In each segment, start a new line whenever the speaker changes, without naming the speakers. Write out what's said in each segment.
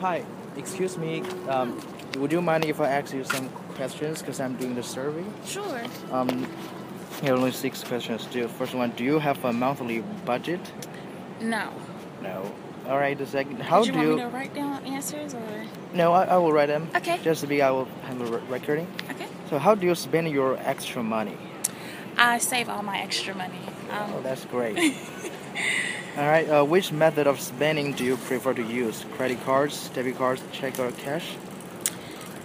Hi, excuse me. Um, would you mind if I ask you some questions? Because I'm doing the survey.
Sure.
Um, here are only six questions. The first one: Do you have a monthly budget?
No.
No. All right. The second: How
Did you
do
want
you?
me to write down answers or?
No, I, I will write them.
Okay.
Just to be, I will have a re- recording.
Okay.
So, how do you spend your extra money?
I save all my extra money.
Oh,
Um,
that's great. All right. Uh, which method of spending do you prefer to use? Credit cards, debit cards, check, or cash?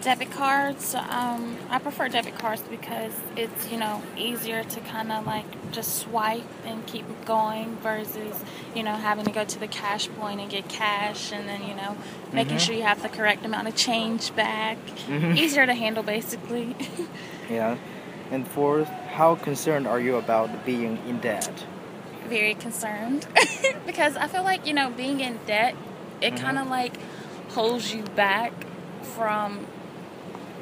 debit cards. Um, I prefer debit cards because it's you know easier to kind of like just swipe and keep going versus you know having to go to the cash point and get cash and then you know
Mm-hmm.
making sure you have the correct amount of change back. Easier to handle basically.
Yeah. And fourth, how concerned are you about being in debt?
very concerned because I feel like you know being in debt it
Mm-hmm.
kind of like holds you back from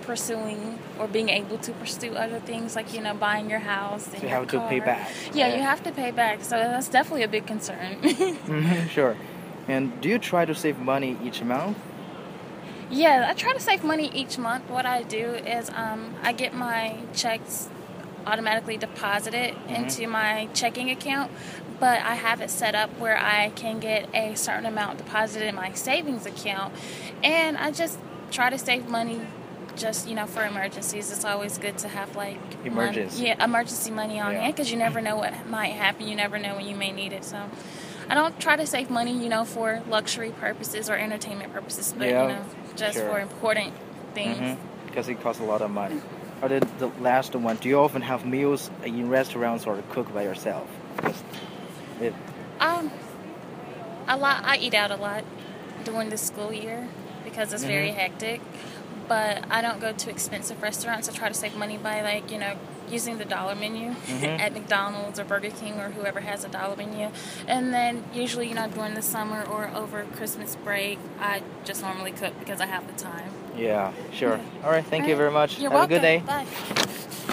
pursuing or being able to pursue other things like you know buying your house and
you
your
have to pay
car.
back,
yeah
right?
you have to pay back so that's definitely a big concern
Mhm, sure. And do you try to save money each month?
Yeah, I try to save money each month. What I do is um, I get my checks automatically deposited
Mm-hmm.
into my checking account, but I have it set up where I can get a certain amount deposited in my savings account, and I just try to save money. Just you know, for emergencies, it's always good to have like mon-
Emergency.
yeah, emergency money
Yeah.
on
Mm-hmm.
hand because you never know what might happen. You never know when you may need it. So, I don't try to save money, you know, for luxury purposes or entertainment purposes, but
Yeah,
you know, just
sure.
for important things.
Because Mm-hmm, it costs a lot of money. Or the, the last one, do you often have meals in restaurants or cook by yourself? 'Cause It,
Um, a lot. I eat out a lot during the school year because it's very
Mm-hmm.
hectic. But I don't go to expensive restaurants. I try to save money by like you know using the dollar menu
Mm-hmm.
at McDonald's or Burger King or whoever has a dollar menu. And then usually you know during the summer or over Christmas break, I just normally cook because I have the time.
yeah, sure. All right, thank you very
Alright.
much.
Mm. You're
have a
welcome.
good day.
Bye.